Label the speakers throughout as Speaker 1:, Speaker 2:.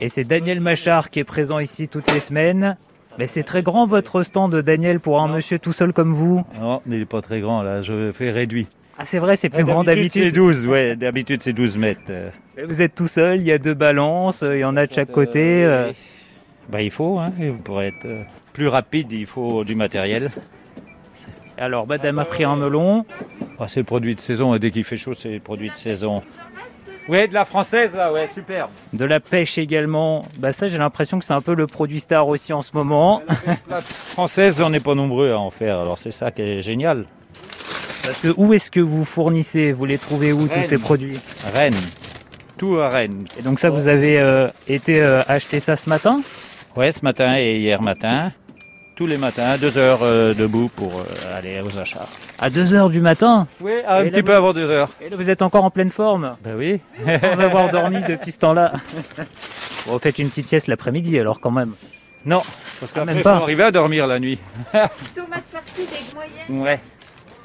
Speaker 1: Et c'est Daniel Machard qui est présent ici toutes les semaines. Mais c'est très grand votre stand, Daniel, pour un monsieur tout seul comme vous.
Speaker 2: Non, mais il n'est pas très grand, là, je fais réduit.
Speaker 1: Ah, c'est vrai, c'est plus grand
Speaker 2: C'est
Speaker 1: d'habitude.
Speaker 2: 12, ouais, d'habitude c'est 12 mètres. euh.
Speaker 1: Vous êtes tout seul, il y a deux balances, euh, il y en a de chaque côté. euh.
Speaker 2: Bah, il faut, hein, et pour être euh, plus rapide, il faut du matériel.
Speaker 1: Alors, madame a pris un melon.
Speaker 2: Ah, c'est le produit de saison, et dès qu'il fait chaud, c'est le produit de saison. Ouais, de la française, là, ouais, super.
Speaker 1: De la pêche également. Bah ça, j'ai l'impression que c'est un peu le produit star aussi en ce moment.
Speaker 2: Française, on n'est pas nombreux à en faire, alors c'est ça qui est génial.
Speaker 1: Parce que où est-ce que vous fournissez Vous les trouvez où tous
Speaker 2: Rennes.
Speaker 1: ces produits
Speaker 2: Rennes, tout à Rennes.
Speaker 1: Et donc ça, vous avez euh, été euh, acheter ça ce matin
Speaker 2: Ouais, ce matin et hier matin, tous les matins, deux heures euh, debout pour euh, aller aux achats.
Speaker 1: À 2h du matin
Speaker 2: Oui,
Speaker 1: Et
Speaker 2: un
Speaker 1: là,
Speaker 2: petit
Speaker 1: vous-
Speaker 2: peu avant deux heures.
Speaker 1: Et là, vous êtes encore en pleine forme
Speaker 2: Bah oui.
Speaker 1: sans avoir dormi depuis ce temps-là. Bon, vous faites une petite sieste l'après-midi alors quand même.
Speaker 2: Non, parce
Speaker 1: Ah,
Speaker 2: qu'après,
Speaker 1: même
Speaker 2: il
Speaker 1: pas.
Speaker 2: faut arriver à dormir la nuit.
Speaker 3: Tomates farcies, des moyennes.
Speaker 2: Ouais.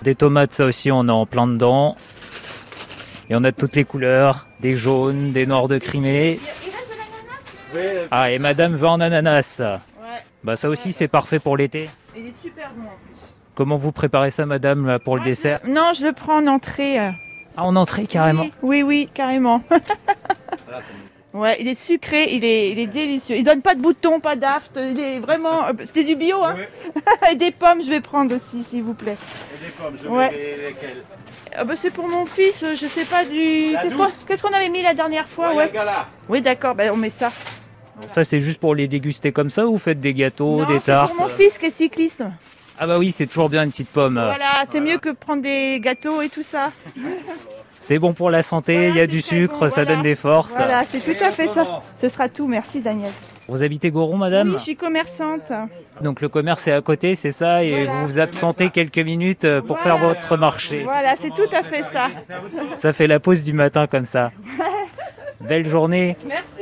Speaker 1: Des tomates, ça aussi, on est en plein dedans. Et on a de toutes les couleurs, des jaunes, des noirs de Crimée.
Speaker 3: Il il reste de l'ananas
Speaker 1: Ah, et madame veut un ananas.
Speaker 3: Ouais,
Speaker 1: Bah ça aussi, c'est parfait pour l'été.
Speaker 3: il est super bon en plus.
Speaker 1: Comment vous préparez ça, madame, là, pour le dessert
Speaker 3: Non, je le prends en entrée. euh.
Speaker 1: Ah, en entrée, carrément.
Speaker 3: Oui, oui, oui, carrément. Ouais, il est sucré, il est, il est délicieux. Il donne pas de boutons, pas d'aft. Il est vraiment. euh, C'est du bio, hein Et Des pommes, je vais prendre aussi, s'il vous plaît. Ouais. Ah bah, c'est pour mon fils, euh, je sais pas du. Qu'est-ce qu'on, qu'est-ce qu'on avait mis la dernière
Speaker 2: Oh,
Speaker 3: fois Ouais. Oui, d'accord, bah, on met ça.
Speaker 1: Ça, c'est juste pour les déguster comme ça ou vous faites des gâteaux,
Speaker 3: Non,
Speaker 1: des
Speaker 3: c'est
Speaker 1: tartes
Speaker 3: pour mon fils qui est cycliste.
Speaker 1: Ah bah oui, c'est toujours bien une petite pomme.
Speaker 3: Voilà, c'est mieux que prendre des gâteaux et tout ça.
Speaker 1: C'est bon pour la santé,
Speaker 3: Voilà,
Speaker 1: il y a du
Speaker 3: c'est très
Speaker 1: sucre,
Speaker 3: bon,
Speaker 1: ça
Speaker 3: voilà.
Speaker 1: donne des forces.
Speaker 3: Voilà, c'est tout à fait ça. Ce sera tout, merci Daniel.
Speaker 1: Vous habitez Goron,
Speaker 3: Oui,
Speaker 1: madame
Speaker 3: je suis commerçante.
Speaker 1: Donc le commerce est à côté, c'est ça Et
Speaker 3: Voilà.
Speaker 1: vous vous absentez quelques minutes euh, pour
Speaker 3: Voilà.
Speaker 1: faire votre marché.
Speaker 3: Voilà, c'est tout à fait ça.
Speaker 1: Ça fait la pause du matin comme ça. Belle journée.
Speaker 3: Merci.